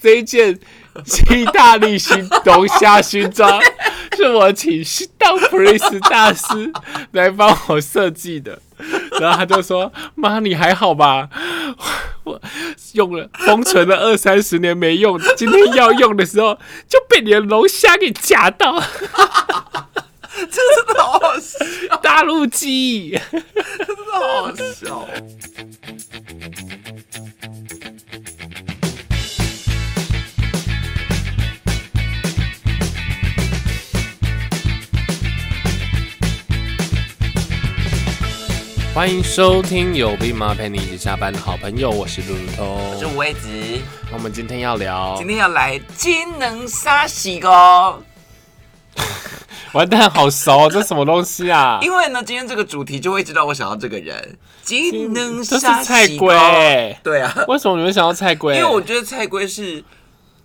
这一件意大利新龙虾勋章 是我请当普瑞斯大师来帮我设计的。然后他就说：“妈，你还好吧？我用了封存了二三十年没用，今天要用的时候就被你的龙虾给夹到， 真的好好笑，大陆鸡。”真的好好 笑。欢迎收听有病吗？陪你一起下班的好朋友，我是路路就通。五位子，我们今天要聊今，天要来金能沙喜哦。完蛋，好熟，这什么东西啊？因为呢，今天这个主题就会知道我想要这个人，金能这沙是菜喜龟、膏。对啊，为什么你们想要菜龟？因为我觉得蔡圭是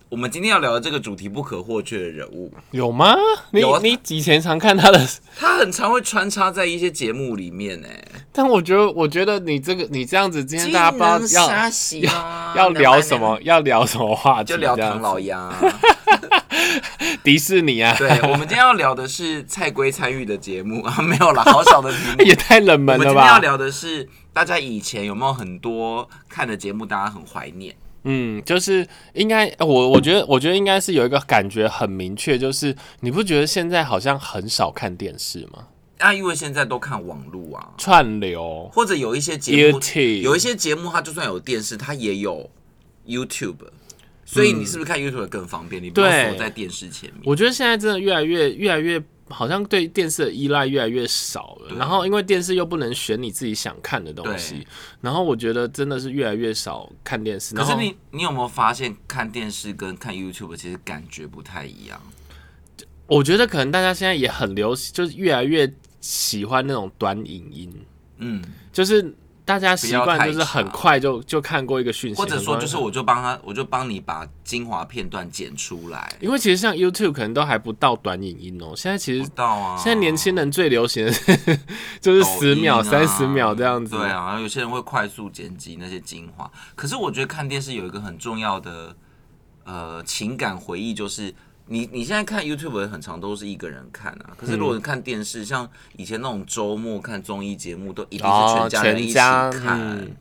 我们今天要聊的这个主题不可或缺的人物，有吗？你有啊你以前常看他的， 他很常会穿插在一些节目里面呢、欸但我觉得，我觉得你这个你这样子，今天金大家不能知道要杀喜啊要 聊什？么，要聊什么话题？就聊这样唐老鸭。迪士尼啊，对，我们今天要聊的是蔡圭参与的节目啊，没有啦，好少的题 目。也太冷我门们了今天要吧？聊的是大家以前有没有很多看的节目，大家很怀念。嗯，就是应该我我觉得我觉得应该是有一个感觉很明确，就是你不觉得现在好像很少看电视吗？啊，因为现在都看网络啊，串流或者有一些节目， YouTube 有一些节目它就算有电视，它也有 YouTube，所以你是不是看 YouTube 更方便？你不要对锁在电视前面。嗯我觉得现在真的越来越越来越，好像对电视的依赖越来越少了。然后因为电视又不能选你自己想看的东西对，然后我觉得真的是越来越少看电视。可然是后你，你有没有发现看电视跟看 YouTube 其实感觉不太一样？我觉得可能大家现在也很流行，就是越来越喜欢那种短影音，嗯，就是大家习不要惯太就是很长快就就看过一个讯息，或者很说快就是我就帮他，我就帮你把精华片段剪出来，因为其实像 YouTube 可能都还不到短影音哦，现在其不实知道啊。现在年轻人最流行的是 就是十秒、抖音三啊十秒这样子，对啊，然后有些人会快速剪辑那些精华。可是我觉得看电视有一个很重要的呃情感回忆，就是你你现在看 YouTube 很长都是一个人看啊。可是如果嗯你看电视，像以前那种周末看综艺节目，都一定是哦，全家人一全起家看，嗯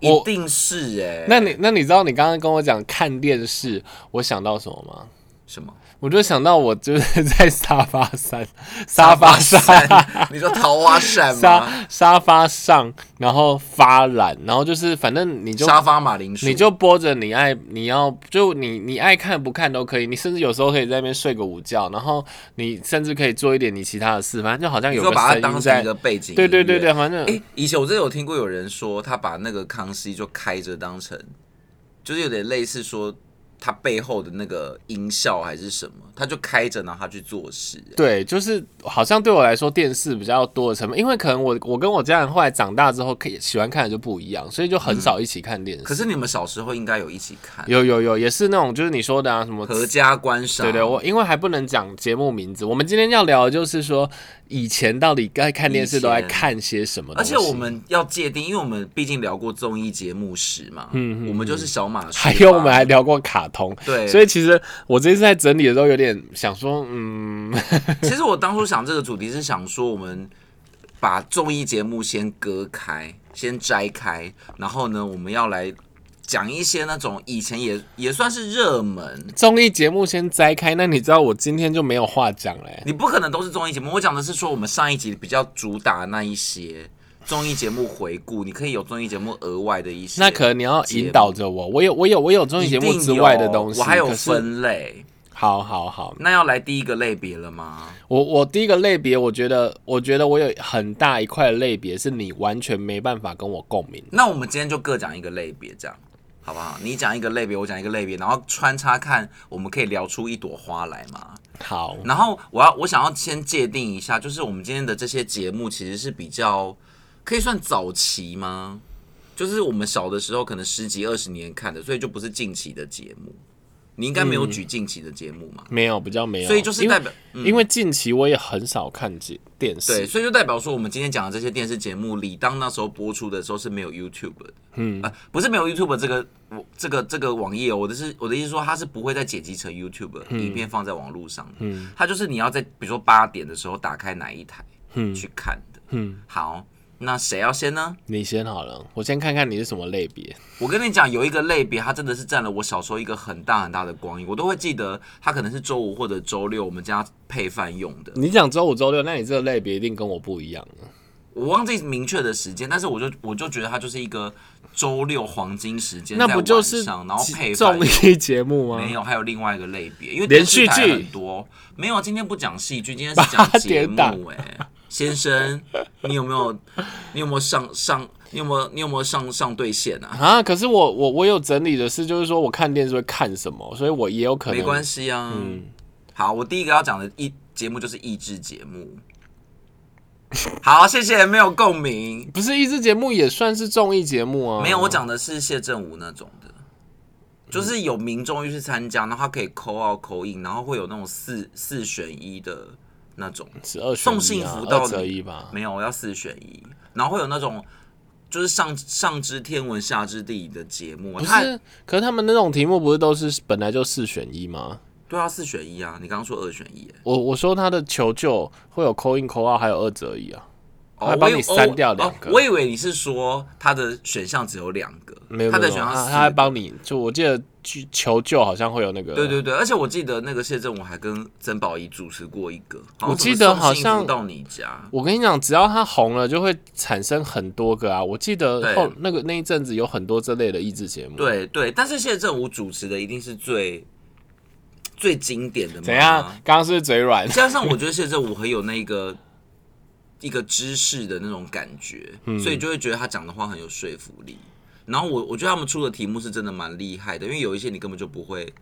一我定是哎、那你那你知道你刚刚跟我讲看电视，我想到什么吗？什么我就想到我就是在沙发 上，沙发上，伞？你说桃花扇吗？沙沙发上，然后发懒，然后就是反正你就沙发马铃薯，你就播着你爱你要就你你爱看不看都可以，你甚至有时候可以在那边睡个午觉，然后你甚至可以做一点你其他的事，反正就好像你有说个把它声当音成一在，个背景，对对对对，。反正、哎、以前我真的有听过有人说，他把那个康熙就开着当成，就是有点类似说他背后的那个音效还是什么，他就开着然后他去做事、哎对，就是好像对我来说，电视比较多的成分，因为可能我我跟我家人后来长大之后，可以喜欢看的就不一样，所以就很少一起看电视。嗯可是你们小时候应该有一起看有有有，也是那种就是你说的啊，什么合啊家观赏，对对，我因为还不能讲节目名字，我们今天要聊的就是说以前到底该看电视都在以前看些什么而东西，且我们要界定，因为我们毕竟聊过综艺节目史嘛，嗯，我们就是小马还还有我们还聊过卡通，对，所以其实我这次在整理的时候有点想说，嗯， 其实我当初想这个主题是想说，我们把综艺节目先割开，先摘开，然后呢，我们要来讲一些那种以前也也算是热门。综艺节目先摘开，那你知道我今天就没有话讲欸嘞、你不可能都是综艺节目，我讲的是说我们上一集比较主打那一些综艺节目回顾，你可以有综艺节目额外的一些。那可能你要引导着我，我有我有我有综艺一节定目之外的东西，有我还有可是。分类。好好好，那要来第一个类别了吗？我我第一个类别，我觉得我觉得我有很大一块类别是你完全没办法跟我共鸣。那我们今天就各讲一个类别，这样好不好？你讲一个类别，我讲一个类别，然后穿插看，我们可以聊出一朵花来嘛？好，然后我要我想要先界定一下，就是我们今天的这些节目其实是比较可以算早期吗？就是我们小的时候可能十几二十年看的，所以就不是近期的节目。你应该没有举近期的节目嘛，没有比较嗯没有，所以就是代表，因嗯为、因为近期我也很少看电电对，视，所以就代表说我们今天讲的这些电视节目，理当那时候播出的时候是没有 YouTube 的，嗯，啊，不是没有 YouTube 这个我这个这个网页哦，我的是我的意思是说它是不会再剪辑成 YouTube 影片放在网络上的，嗯，它就是你要在比如说八点的时候打开哪一台，嗯，去看的，嗯，好，那谁要先呢？你先好了，我先看看你是什么类别。我跟你讲，有一个类别，它真的是占了我小时候一个很大很大的光阴，我都会记得，它可能是周五或者周六我们家配饭用的，你讲周五、周六，那你这个类别一定跟我不一样了。我忘记明确的时间，但是我就我就觉得它就是一个周六黄金时间，那不就是在晚上然后配饭综艺节目吗？没有，还有另外一个类别，因为连续剧电视台很多。没有，啊今天不讲戏剧，今天是讲节八点目、哎，先生，你有没有你有没有上上你有没有你有没有上上对线啊？啊，可是我我我有整理的是，就是说我看电视会看什么，所以我也有可能嗯没关系啊。好，我第一个要讲的一节目就是益智节目。好，谢谢，没有共鸣。不是益智节目也算是综艺节目啊？没有，我讲的是谢振武那种的，就是有民众去参加，然后他可以扣二扣印，然后会有那种四四选一的那种，是二选一、啊、送幸福到二择一吧？没有，我要四选一，然后会有那种就是上上知天文下知地理的节目，啊不他是，可是他们那种题目不是都是本来就四选一吗？对啊，四选一啊，你刚刚说二选一耶，我我说他的求救会有扣印、扣二，还有二择一啊，哦还，我帮以你删掉两哦个。我以为你是说他的选项只有两个，没有他没的有，选他项他还是。帮你，就我记得去求救好像会有那个，对对对，而且我记得那个谢振武还跟曾宝仪主持过一个，我记什么得好送幸福像到你家，我跟你讲，只要它红了，就会产生很多个啊！我记得对后那个那一阵子有很多这类的益智节目。，对对，但是谢振武主持的一定是最最经典的嘛。怎样？刚刚是不是嘴软？ 加上我觉得谢振武很有那个一个知识的那种感觉，嗯所以就会觉得他讲的话很有说服力。然后我我觉得他们出的题目是真的蛮厉害的，因为有一些你根本就不会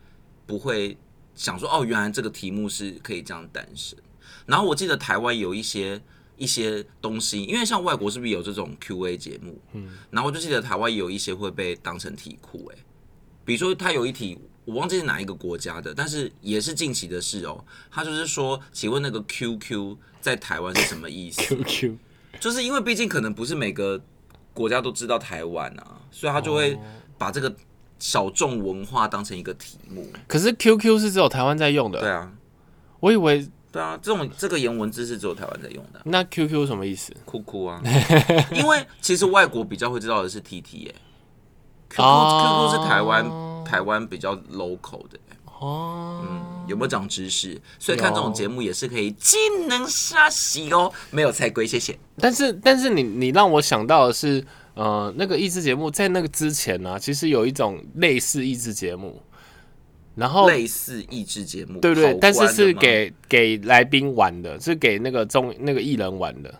不会想说哦，原来这个题目是可以这样诞生。然后我记得台湾有一些一些东西，因为像外国是不是有这种 Q&A 节目？嗯，然后我就记得台湾有一些会被当成题库、欸，比如说他有一题我忘记是哪一个国家的，但是也是近期的事哦。他就是说，请问那个 QQ 在台湾是什么意思？ QQ 就是因为毕竟可能不是每个国家都知道台湾啊，所以他就会把这个小众文化当成一个题目。可是 QQ 是只有台湾在用对的，啊，我以为对啊，这种这个颜文字是只有台湾在用的啊，那 QQ 什么意思？酷 酷啊。因为其实外国比较会知道的是 TT 耶、q q 哦 QQ 是台湾台湾比较 local 的、哦，嗯，有没有长知识？所以看这种节目也是可以技能杀喜哦。没有菜龟，谢谢。但是但是你你让我想到的是，呃，那个益智节目在那个之前呢、其实有一种类似益智节目，然后类似益智节目，哦对对好，但是关的是吗给给来宾玩的，是给那个综那个艺人玩的。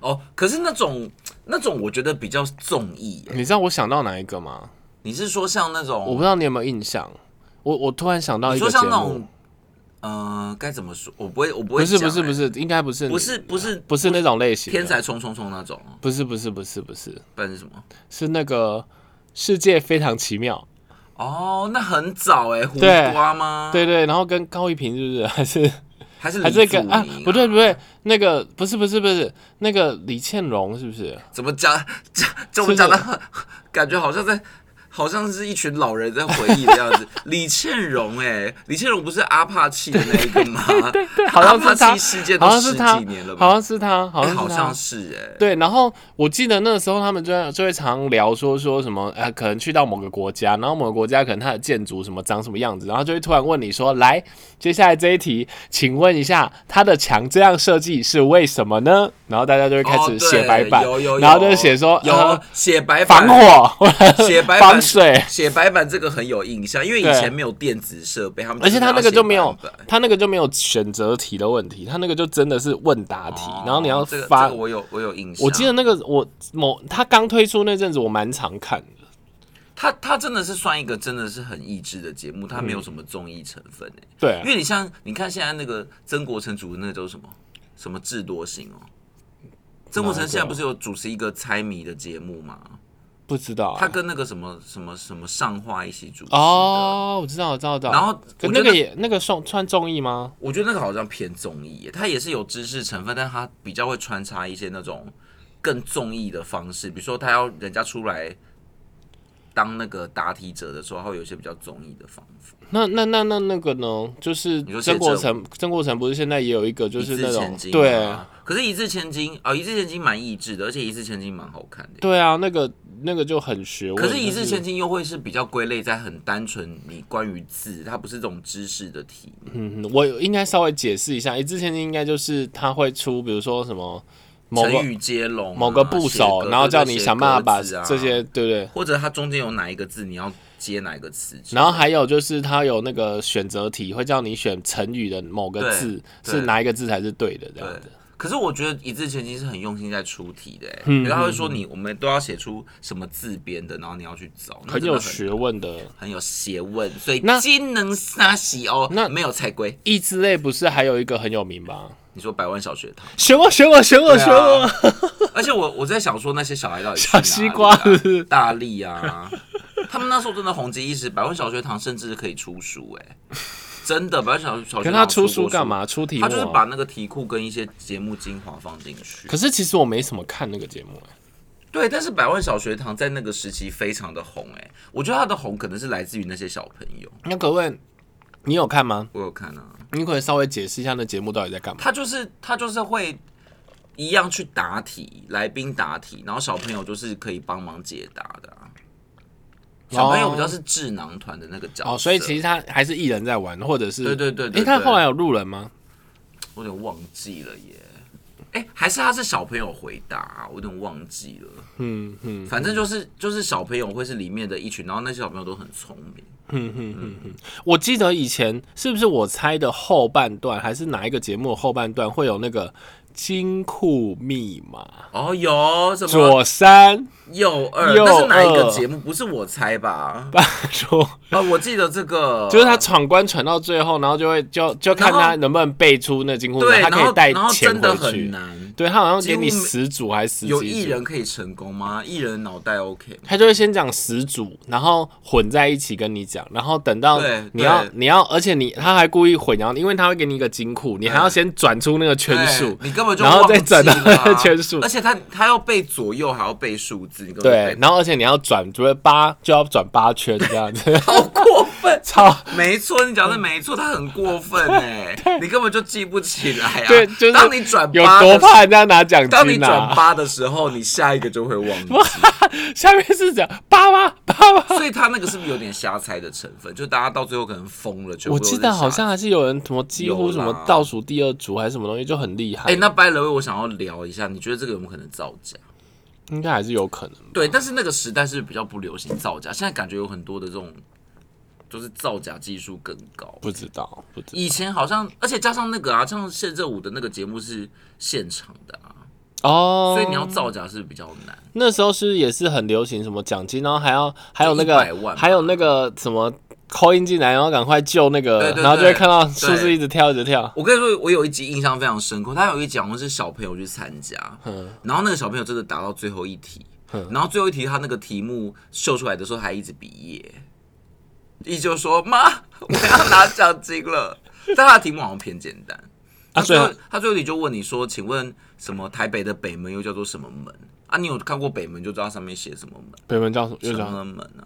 哦。可是那种那种，我觉得比较综艺耶。你知道我想到哪一个吗？你是说像那我不种，知道你有没有印象，我我突然想到你一个说节像那目种，，呃，该怎么说？我不会，我不会不是不讲是啊耶不，是，应该不是不是不是不是那种类型的，天才冲冲冲那种，哦不是不是不是不是，不然是什么？是那个世界非常奇妙，哦，那很早哎，胡对瓜吗？对，对，然后跟高一平是不是还是还是还李是一祖个宁啊？不对不对，那个不是不是不是那个李倩蓉是不是？怎么讲 讲怎么讲的，很感觉好像在，好像是一群老人在回忆的样 子。李倩蓉，哎，李倩蓉不是阿帕奇的那一个 吗？对对，好像是 阿帕他奇事件，好都像十是他几年了，吧？好像是他，好哎像好是他像。是哎，对，然后我记得那时候他们就会就会常聊说说什么，呃，可能去到某个国家，然后某个国家可能它的建筑什么长什么样子，然后就会突然问你说，来，接下来这一题，请问一下它的墙这样设计是为什么呢？然后大家就会开哦始对写白板，有有有，然后就写说有呃写白防板， 火、写白板防水，写白板这个很有印象，因为以对前没有电子设备，他们而且是他那个要写就没有白板，他那个就没有选择题的问题，他那个就真的是问答题，哦然后你要这个发。这个我有我有印象，我记得那个我某他刚推出那阵子，我蛮常看的。他他真的是算一个真的是很益智的节目，他没嗯有什么综艺成分哎、对啊因，为你像你看现在那个曾国成主的那个叫什么什么智多星哦，曾国成现在不是有主持一个猜谜的节目吗？不知道、啊。他跟那个什么什么什么上画一起主持的。哦，我知道，我知道，我知道。然后可我那觉个得，也那个算穿综艺吗？我觉得那个好像偏综艺耶，它也是有知识成分，但它比较会穿插一些那种更综艺的方式，比如说他要人家出来当那个答题者的时候，他会有一些比较综艺的方法。那那那那那个呢？就是你说曾写国这成，曾国成不是现在也有一个就一是字那千种金、啊对，可是一字千金啊、哦，一字千金蛮益智的，而且一字千金蛮好看的。对啊，那个那个就很学问。可是，一字就千金又会是比较归类在很单纯，你关于字，它不是这种知识的题目。嗯，我应该稍微解释一下，一字千金应该就是他会出，比如说什么某成个语接龙啊、某个部写首，格然后叫你想办法把写格子啊这些，对不对？或者它中间有哪一个字，你要接哪一个词之类的。然后还有就是他有那个选择题，会叫你选成语的某个对字对是哪一个字才是对的，这样对子。，可是我觉得一字千金是很用心在出题的、欸，嗯然后他会说你我们都要写出什么字边的，然后你要去找，那很真的有学问的。很有学问，所以那金能杀喜哦，那没有菜龟，益智类不是还有一个很有名吗？你说百万小学堂，选我，选我，选我，选我！对啊！ 而且我我在想说那些小孩到底去小西瓜哪是里啊不是 大力啊，他们那时候真的红极一时，百万小学堂甚至可以出书哎、真的百万小小可是学堂他出过书干？嘛？出题目他啊、就是把那个题库跟一些节目精华放进去。可是其实我没什么看那个节目、欸对，但是百万小学堂在那个时期非常的红哎、我觉得他的红可能是来自于那些小朋友。那可问你有看吗？我有看啊，你可以稍微解释一下那节目到底在干嘛？他就是他就是会一样去答题，来宾答题，然后小朋友就是可以帮忙解答的、啊。小朋友比较是智囊团的那个角色，哦，所以其实他还是艺人在玩，或者是对对对诶对，他对后来有路人吗？我有点忘记了耶。哎，还是他是小朋友回答啊、我有点忘记了。嗯嗯反正就是就是小朋友会是里面的一群，然后那些小朋友都很聪明。嗯嗯嗯嗯，我记得以前是不是我猜的后半段，还是哪一个节目的后半段会有那个金库密码？哦，有什么左三右二？右那是哪一二个节目？不是我猜吧？八桌。啊，我记得这个，就是他闯关闯到最后，然后就会就就看然他后能不能背出那金库，对，他然可以后带然后钱真的回很去。难。对他好像给你几乎没十组还是十有几艺组，人可以成功吗？艺人脑袋 OK 吗？他就会先讲十组，然后混在一起跟你讲，然后等到对你要对你要，而且你他还故意混淆，因为他会给你一个金库，你还要先转出那个圈数对，你根本就然后再忘记了转到那 个啊圈数而且他他要背左右，还要背数字，你根本对背，然后而且你要转，就是八就要转八圈这样 子，好 过分。超没错，你讲的没错，他很 过分哎、你根本就记不起来啊。对就是当你转有八的多时候，怕人家拿奖当你金转啊！八的时候，你下一个就会忘记。 下面是讲八吗？八吗？所以他那个是不是有点瞎猜的成分？就大家到最后可能疯了，全部我都记是得好瞎像还是有人什么几乎有什么啦倒数第二组还是什么东西就很厉害，哎、那 by the way，我想要聊一下，你觉得这个有没有可能造假？应该还是有可能。对，但是那个时代是比较不流行造假，现在感觉有很多的这种，就是造假技术更高。不知道，不知以前好像，而且加上那个啊，像谢振武的那个节目是现场的啊，哦，所以你要造假是比较难。那时候是也是很流行什么奖金，然后还要还有那就100个万还有那个什么扣音进来，然后赶快救那个，对对然后就会对看到对数字一直跳一直跳。啊我跟你说，我有一集印象非常深刻，他有一集好像是小朋友去参加，嗯，然后那个小朋友真的答到最后一题，然后最后一题他那个题目秀出来的时候还一直鼻耶，依旧说妈，我要拿奖金了。 但他的题目好像偏简单，他啊最后、最他最后一题就问你说，请问什么台北的北门又叫做什么门啊？你有看过北门就知道上面写什么门，北门叫什么？又什叫什么么门啊？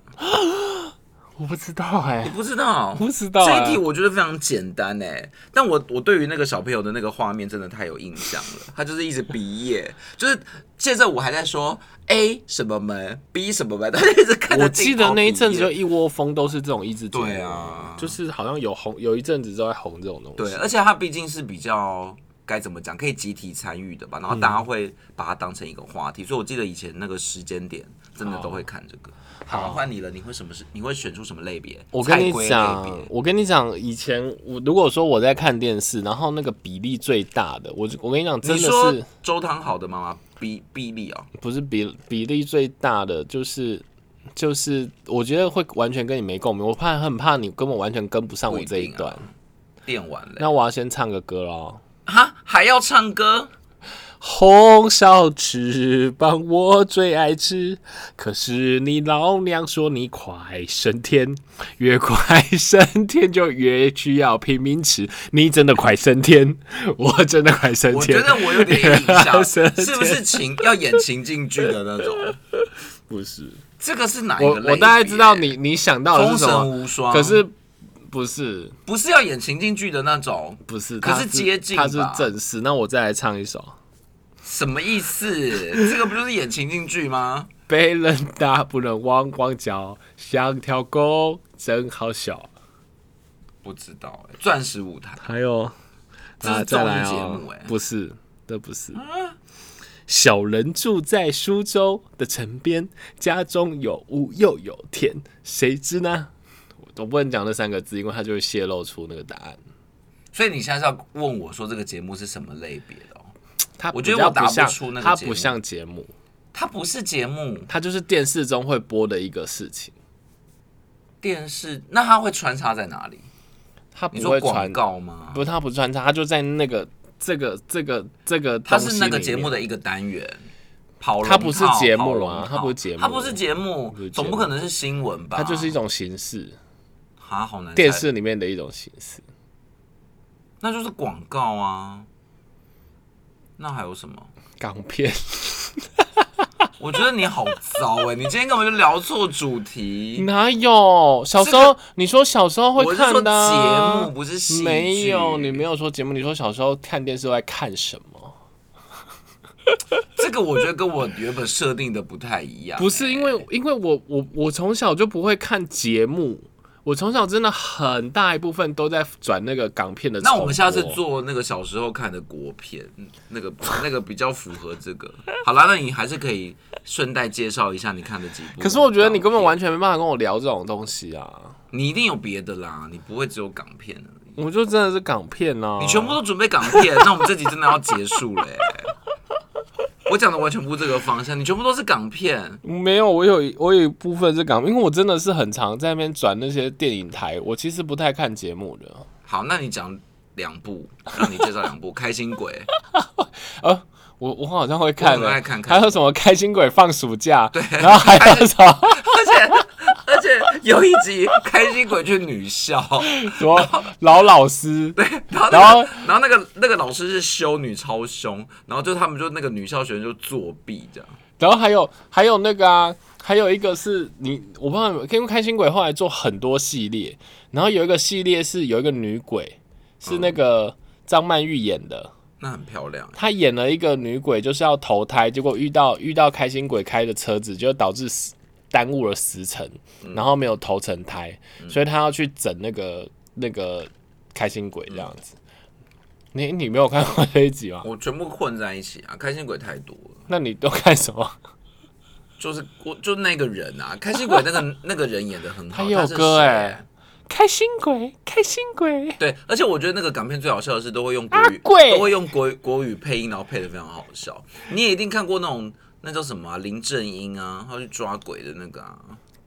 我不知道哎、你不知道？ 不知道、这一欸题。我觉得非常简单哎，但我我对于那个小朋友的那个画面真的太有印象了，他就是一直鼻耶， 就是现在我还在说 A 什么门，B 什么门，他就一直看着我记得那一阵子就就一窝蜂都是这种益智节目，对啊就是好像有红有一阵子都在红这种东西。对，而啊且他毕竟是比较该怎么讲，可以集体参与的嗯吧，然后大家会把它当成一个话题，所以我记得以前那个时间点真的都会看这个。好，换你了，你会什么是？你会选出什么类别？哦我跟菜你龟类讲别，我跟你讲，以前我如果说我在看电视，然后那个比例最大的，我就我跟你讲，真你的说是周汤好的妈妈比比利啊，不是比比例最大的，就是就是我觉得会完全跟你没共鸣，我怕很怕你根本完全跟不上我这啊一段。电玩类那我要先唱个歌喽。哈，还要唱歌？红烧翅膀我最爱吃，可是你老娘说你快升天，越快升天就越需要拼命吃。你真的快升天， 我真的快升我天。觉得我有点印 象，神是不是情要演情境剧的那种？不是？这个是哪一我个类别？我大概知道你你想到的封是什神么，无双，可是不是不是要演情境剧的那种，不是？可它是接近它是吧正式。那我再来唱一首。 什么意思？这个不就是演情境剧吗？被人打不能汪汪叫，像条狗真好笑。不知道欸，钻石舞台还有这是啊，综再艺来节哦目哎，啊不是，这不是。小人住在苏州的城边，家中有屋又有田，谁知呢？我都不能讲这三个字，因为它就会泄露出那个答案。所以你现在是要问我说这个节目是什么类别的、哦？它我觉得比较我答不像出那个它节不目像节目，它不是节目，它就是电视中会播的一个事情，电视，那它会穿插在哪里？它你不说会广传告吗？不，他不穿插，他就在那个这个这个这个它东西是那个里节目面，的一个单元。跑龙它不是套节跑目龙啊套它不是节目它不是节目是，节总不目可能是新闻吧？它就是一种形式，啊，好难猜电视里面的一种形式。那就是广告啊。那还有什么？港片，我觉得你好糟哎、你今天根本就聊错主题。哪有？小时候、你说小时候我会是说看的啊、节目，不是戏剧。没有，你没有说节目，你说小时候看电视都在看什么？这个，我觉得跟我原本设定的不太一样、欸不是因为因为我我我从小就不会看节目，我从小真的很大一部分都在转那个港片的重那播。我们下次做那个小时候看的国片，嗯那个那个比较符合这个。好啦，那你还是可以顺带介绍一下你看的几部。可是我觉得你根本，完全没办法跟我聊这种东西啊！你一定有别的啦，你不会只有港片而已。我就真的是港片啊！你全部都准备港片，那我们这集真的要结束了、欸。我讲的完全不是这个方向，你全部都是港片。没有，我有一我有一部分是港，因为我真的是很常在那边转那些电影台，我其实不太看节目的。好，那你讲两部，让你介绍两部《开心鬼我我好像会看、我欸，很爱看还有什么开心鬼放暑假，对，然后还还有是什么》，而且而且有一集《开心鬼去女 校》，什么 老老师，然后、那个、然后然后那个那个老师是修女超凶，然后就他们就那个女校学生就作弊这样。然后还有还有那个啊，还有一个是你我不知道有没有，因为开心鬼后来做很多系列，然后有一个系列是有一个女鬼，是那个张曼玉演的。那很漂亮，她演了一个女鬼，就是要投胎，结果遇到遇到开心鬼开的车子，就导致死耽误了时辰，嗯然后没有投成胎，所以她要去整那个那个开心鬼这样子。你你没有看过这一集吗？嗯我全部混在一起啊！开心鬼太多了，那你都看什么？ 就是我就那个人啊，开心鬼那 个那个人演的很好，他也有是歌谁啊哎、开心鬼，开心鬼，对，而且我觉得那个港片最好笑的是都会用国语，鬼都会用国国语配音，然后配的非常好笑。你也一定看过那种那叫什么、啊、林正英啊，他去抓鬼的那个啊，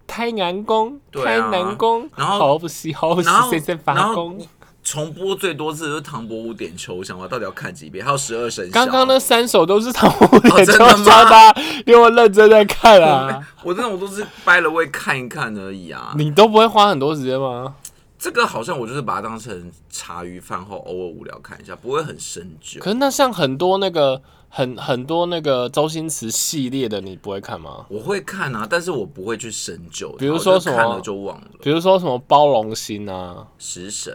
太南宫，对太啊南宫，然后好不喜，好不喜然，后先生然发后功。重播最多次的就是《唐伯虎点秋香》，我到底要看几遍？还有《十二生肖》。刚刚那三首都是唐伯虎哦点真秋的香吗的啊，因为我认真在看 啊。我真的我都是掰了位看一看而已啊。你都不会花很多时间吗？这个好像我就是把它当成茶余饭后偶尔无聊看一下，不会很深究。可是那像很多那个很很多那个周星驰系列的，你不会看吗？我会看啊，但是我不会去深究它。比如说我就是看什么了就忘了，《比如说什么包容心啊，食神》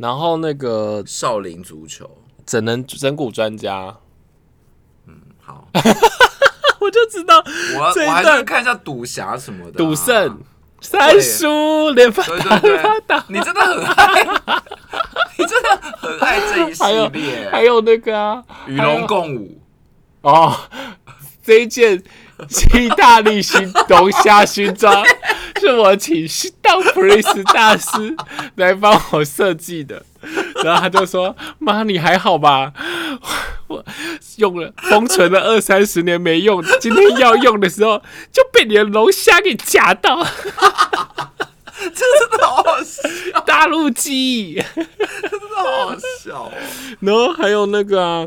然后那个《少林足球》。整人整蛊专家，好， 我就知道我这一我还段是看一下赌侠什么的、啊赌圣、。三叔、连发对达对连发 对达，，你真的很爱， 你真的很爱这一系还有还列。有那个啊，与龙共舞，哦，这一件意大利新龙虾勋章是我请新当普瑞斯大师来帮我设计 的，然后他就说：“妈，你还好吧？”我用了封存了二三十年没用，今天要用的时候就被你的龙虾给夹到， 这真的好好笑，大陆鸡。真的好好笑哦。然后还有那个啊，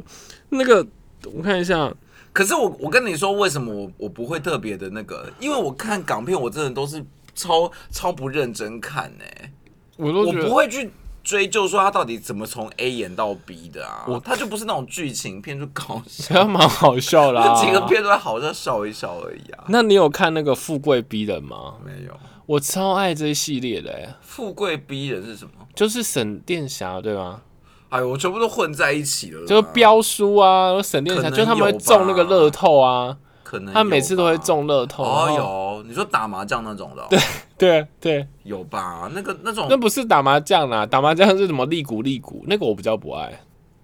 那个我看一下，可是我我跟你说，为什么我我不会特别的那个？因为我看港片，我真的都是超超不认真看欸呢、我都我觉得不会去追究说他到底怎么从 A 演到 B 的啊。我他就不是那种剧情片，就搞 其实笑，蛮好笑 啦、几个片段好像笑一笑而已啊。那你有看那个《富贵逼人》吗？没有，我超爱这一系列的、欸，富贵逼人是什么？就是沈殿霞对吗？哎呦，我全部都混在一起了啦，就是标书啊，沈殿可霞，能就他们会有吧中那个乐透啊，可能有吧他每次都会。中乐透。然后，哦，有你说打麻将那种的哦、对，对对，有吧？那个那种那，不是打麻将啦，打麻将是什么利股利股，那个我比较不爱，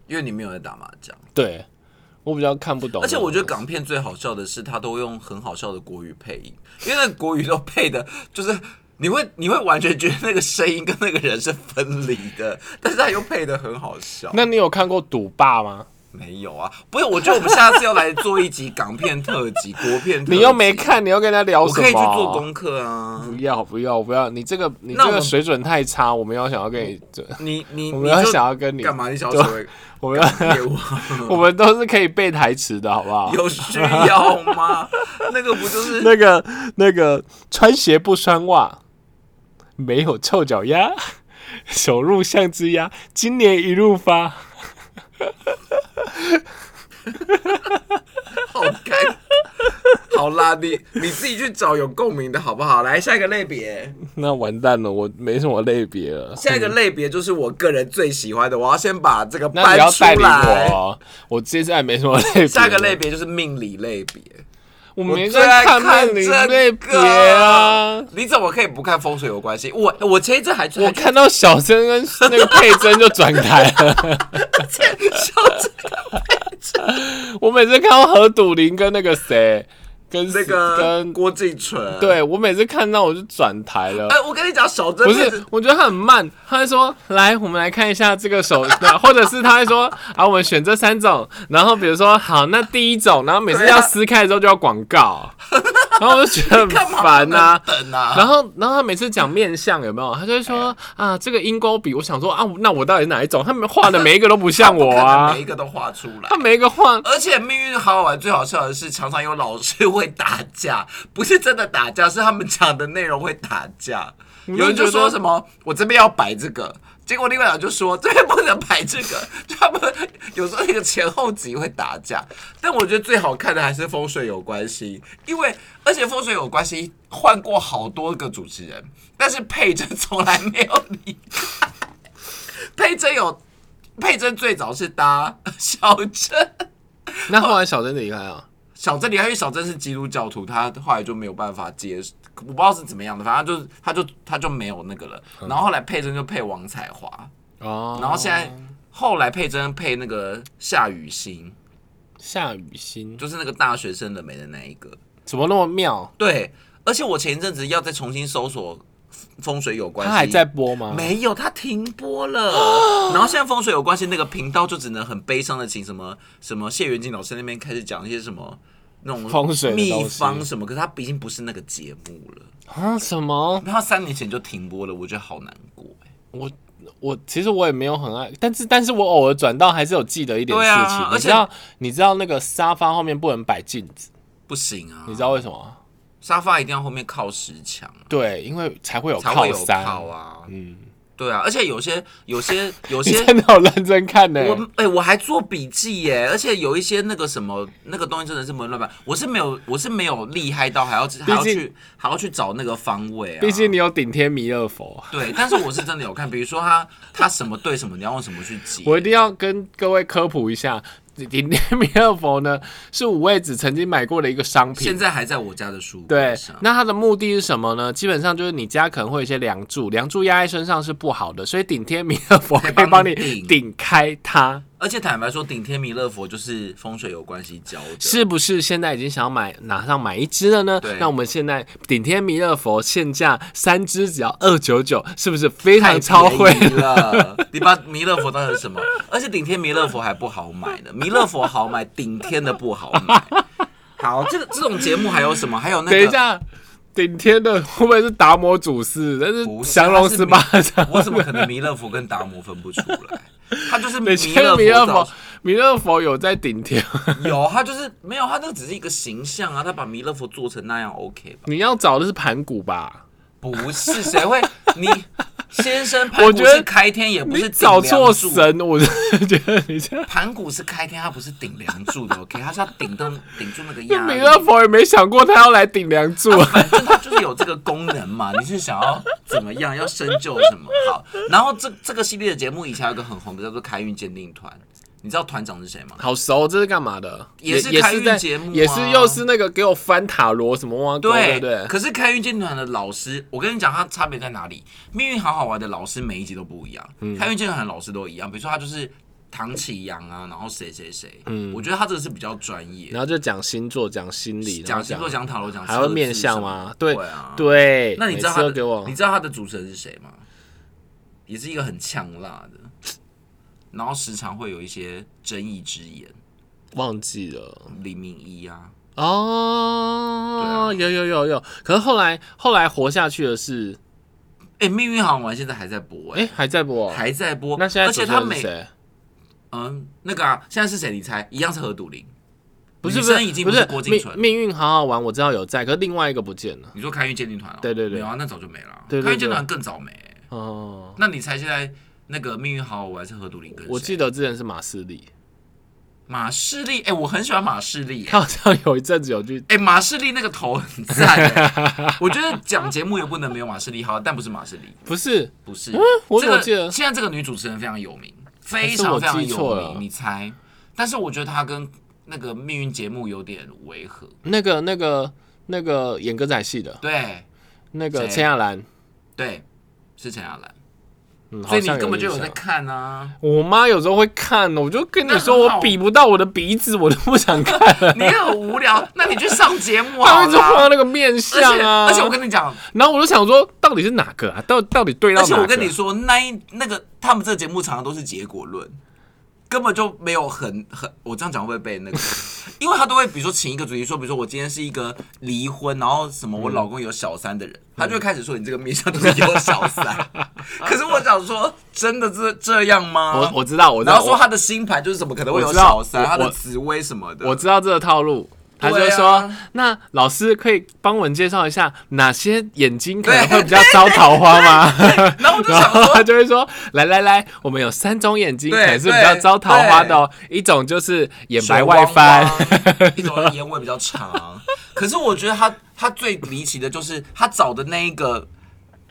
因为你没有在打麻将，对我比较看不懂。而且我觉得港片最好笑的是，他都会用很好笑的国语配音，因为那个国语都配的，就是你会你会完全觉得那个声音跟那个人是分离的，但是他又配的很好笑。那你有看过《赌霸》吗？没有啊，不是，我觉得我们下次要来做一集港片特辑、国片特辑，你又没，看，你要跟他聊我什么？啊可以去做。功课啊。不要不要不要！你这个你那这我个们水准太差，我们要想要跟你，这你你我们要你就想要跟你干嘛？你想要成为我们要业务啊？ 我们都是可以背台词的，好不好？有需要吗？那个不就是那个那个穿鞋不穿袜，没有臭脚丫， 手入像只鸭，今年一路发。 好尴尬？好啦，你你自己去找有共鸣的好不好？来，下一个类别，那完蛋了，我没什么类别了。下一个类别就是我个人最喜欢的，我要先把这个那你搬要出带领我来。哦，我接下来没什么类别。下一个类，别就是命理类别，我我没最爱在看命理这类别啊个。。你怎么可以不看风水有关系？我我前一阵还我还看到小珍跟那个佩珍就转台了。 小这我每次看到何笃林跟那个谁，跟那个跟郭敬淳，，对我每次看到我就转台了。哎，我跟你讲，小珍呃不这是，我觉得他很慢。他会说：“来，我们来看一下这个手， 那或者是他会说啊，我们选这三种，然后比如说好，那第一种，然后每次对啊要撕开之后就要广 告，然后我就觉得很干嘛烦呐、不能等啊？然后，然后他每次讲面相有没有？他就会 说啊，这个鹰钩笔，我想说啊，那我到底哪一种？他们画的每一个都不像我他不可 能啊每一，个都画出来他。每一个画而且命运好好玩，最好笑的是，常常有老师会打架，不是真的打架，是他们讲的内容会打架。就有人觉就得说什么“我这边要摆这个”，结果另外两个就说“这边不能摆这个”， 就他们有时候那个前后集会打架。但我觉得最好看的还是风水有关系，因为而且风水有关系换过好多个主持人，但是佩珍从来没有离开。 佩珍有佩珍最早是搭小珍。那后来小珍离开啊，小珍离开，因为小珍是基督教徒，他后来就没有办法接，我不知道是怎么样的，反正就是他就他就没有那个了。嗯然后后来佩珍就配王彩华，哦，然后现在后来佩珍配那个夏雨欣，夏雨欣就是那个大学生的美的那一个。怎么那么妙？对，而且我前一阵子要再重新搜索风水有关系，他还在播吗？没有，他停播 了。然后现在风水有关系，那个频道就只能很悲伤的请什么什么谢元金老师那边开始讲一些什么那种风水的秘东西方什么，可是他已经不是那个节目了。啊？什么？他三年前就停播了，我觉得好难过、欸。我我其实我也没有很爱，但是但是我偶尔转到还是有记得一点事对情。啊而你且知道你知道那个沙发后面不能摆镜子，不行啊，你知道为什么吗？沙发一定要后面靠石墙啊，对，因为才会有才会有哦山。靠啊。嗯，对啊，而且有些有些有 你些真的有认真看呢、我哎、我还做笔记耶，而且有一些那个什么那个东西真的是不能乱摆，我是没有我是没有厉害到还要还要毕竟去还要去找那个方位啊。毕竟你有顶天弥勒佛。对，但是我是真的有看，比如说他他什么对什么，你要用什么去解。我一定要跟各位科普一下，顶天弥勒佛呢是五味子曾经买过的一个商品现。在还在我家的书柜对上，，那它的目的是什么呢？基本上就是你家可能会有一些梁柱，梁柱压在身上是不好的，所以顶天弥勒佛 可可以以帮帮你你顶顶开它，而且坦白说，顶天弥勒佛就是风水有关系教的，是不是？现在已经想要买，马上买一只了呢对？那我们现在顶天弥勒佛现价三只只要二九九，是不是非太常超便惠？ 宜了。你把弥勒佛当成什么？而且顶天弥勒佛还不好买呢，弥勒佛好买，顶天的不好买。好，这个这种节目还有什么？还有那个，等一下，顶天的会不会是达摩祖师？但不是是降龙十八他是掌 弥。我怎么可能弥勒佛跟达摩分不出来？他就是弥每天勒佛弥勒佛造，弥勒佛有在顶天，有他就是没有他那个只是一个形象啊，他把弥勒佛做成那样 OK 吧？你要找的是盘古吧？不 是谁会你先生我盘觉古得是开天，也不你 是找顶梁错柱。神，我真的觉得你这样。盘古是开天，他不是顶梁柱的 OK，他是要顶到顶住那个那 压弥力。勒佛也没想过他要来顶梁柱啊。反正它就是有这个功能嘛。 你是想要怎么样？要深究什么？好，然后这这个系列的节目以前有一个很红的叫做开运鉴定团，你知道团长是谁吗？好熟，这是干嘛的？也是也开是运在节目啊也是又是那个给我翻塔罗什么哇，对不对？可是开运鉴定团的老师，我跟你讲，他差别在哪里？命运好好玩的老师每一集都不一样，嗯开运鉴定团的老师都一样。比如说他就是唐启阳啊，然后谁谁谁，嗯，我觉得他这个是比较专业，然后就讲星座，讲心理，然讲后星座、讲塔罗、讲还会车子面什相么吗？对会啊对，那你知道每次他都的给我你知道他的主持人是谁吗？也是一个很呛辣的，然后时常会有一些争议之言，忘记了。李明一啊，哦，有有有有，可是后来后来活下去的是，哎、命运好玩现在还在播、哎、哎、还在播哦，还在播，那现在而主且持他人是每谁？嗯那个啊，现在是谁？你猜，一样是何笃林，不是女不是生已经不是郭敬命淳。命运好好玩，我知道有在，可是另外一个不见了。你说开运鉴定团、哦？对对对没有啊，那早就没了啊、对对对开运鉴定团更早没、哦，那你猜现在那个命运好好玩是何笃林跟谁？我记得之前是马斯里，马士利，哎、我很喜欢马士利、哎 他好像有一阵子有去哎、马士利那个头很赞、 哎我觉得讲节目也不能没有马士利好，但不是马士利，不是，不是。嗯我嗯这怎么个记得哎现在这个女主持人非常有名，非还是我常非常记错有了名，你猜？但是我觉得她跟那个命运节目有点违和。那个那个那个演歌仔戏的对那个谁陈亚兰，对，是陈亚兰，嗯，所以你好像根本就有印在象。看啊！我妈有时候会看，我就跟你那说，很好我比不到我的鼻子，我都不想 看了。你很 无聊，那你去上节目她好一直画了。那个面而相且啊，而且我跟你讲，然后我就想说，到底是哪个啊？到到底对到而哪且个？我跟你说，那一那个他们这个节目常常都是结果论，根本就没有很很，我这样讲会不会被那个？ 因为他都会比如说请一个主题说，比如说我今天是一个离婚，然后什么我老公有小三的嗯人，他就会开始说你这个面相就是有小 三。可是我想说，真的这这样吗？我我知道，我知然道，后说我他的星盘就是怎么可能会有我知道小三，我他的我紫薇什么的。我知道这个套路。他就对啊说、那老师可以帮我们介绍一下哪些眼睛可能会比较招桃花吗？” 然后我就然想后说他，就会说：“来来来，我们有三种眼睛，可对能是比较招桃花的哦。一种就是眼白外翻， 翻，一种烟味比较长。可是我觉得他他最离奇的就是他找的那一个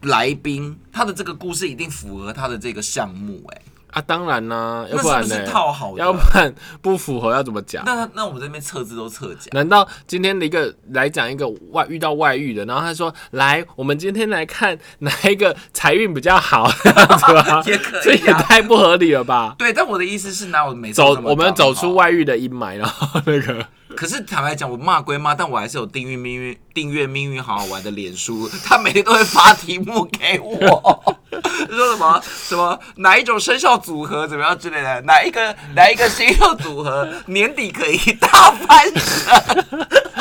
来宾，他的这个故事一定符合他的这个项目、哎，啊，当然啦、要那不然是不呢？是套好的？要不然不符合要怎么讲？那他那我们这边测字都测假，难道今天的一个来讲一个外遇到外遇的，然后他说来，我们今天来看哪一个财运比较 好，这样子吗？也可以啊这也太不合理了吧？对，但我的意思是，拿我每次走都这，么我们走出刚外遇的阴霾，然后那个 好。可是坦白讲，我骂归骂，但我还是有订阅命运订阅命运好好玩的脸书，他每天都会发题目 给我，说什么什么哪一种生肖组合怎么样之类的，哪一个哪一个星座组合年底可以大翻身。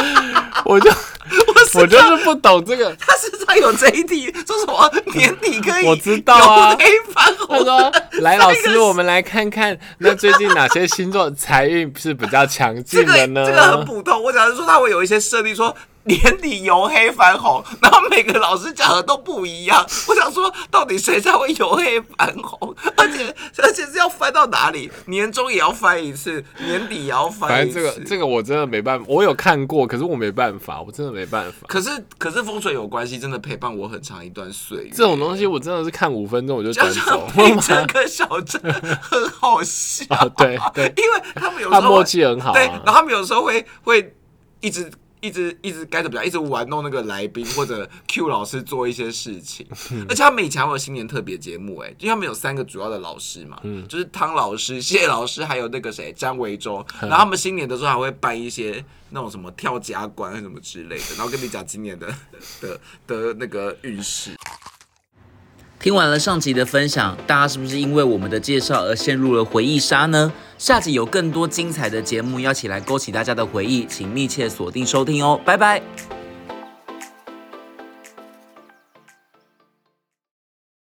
我就我 是我就是不懂这个。他身上有这一题，说什么年底可以我知道啊由黑翻 他红说的。：“来，老这师，个我们来看看，那最近哪些星座财运是比较强这劲个的呢？”这个很普通，我只是说它会有一些设定说。年底由黑反红，然后每个老师讲的都不一样。我想说，到底谁才会由黑反红？而且 而且是要翻到哪里？年终也要翻一次，年底也要反翻一正次。这个这个我真的没办法，我有看过，可是我没办法，我真的没办法。可是可是风水有关系，真的陪伴我很长一段岁月。这种东西我真的是看五分钟我就加转上走。陪这个小镇 很好笑。 哦，对 对，因为他们有时他候默会契很好、对，然后啊。他们有时候会会一直一直一直该怎么讲，一直玩弄那个来宾或者 Q 老师做一些事情，嗯而且他们以前还有新年特别节目、哎，因为他们有三个主要的老师嘛，嗯就是汤老师、谢老师，还有那个谁张维忠，嗯然后他们新年的时候还会办一些那种什么跳夹关什么之类的，然后跟你讲今年的的的那个运势。听完了上集的分享，大家是不是因为我们的介绍而陷入了回忆杀呢？下集有更多精彩的节目要起来勾起大家的回忆，请密切锁定收听哦，拜拜。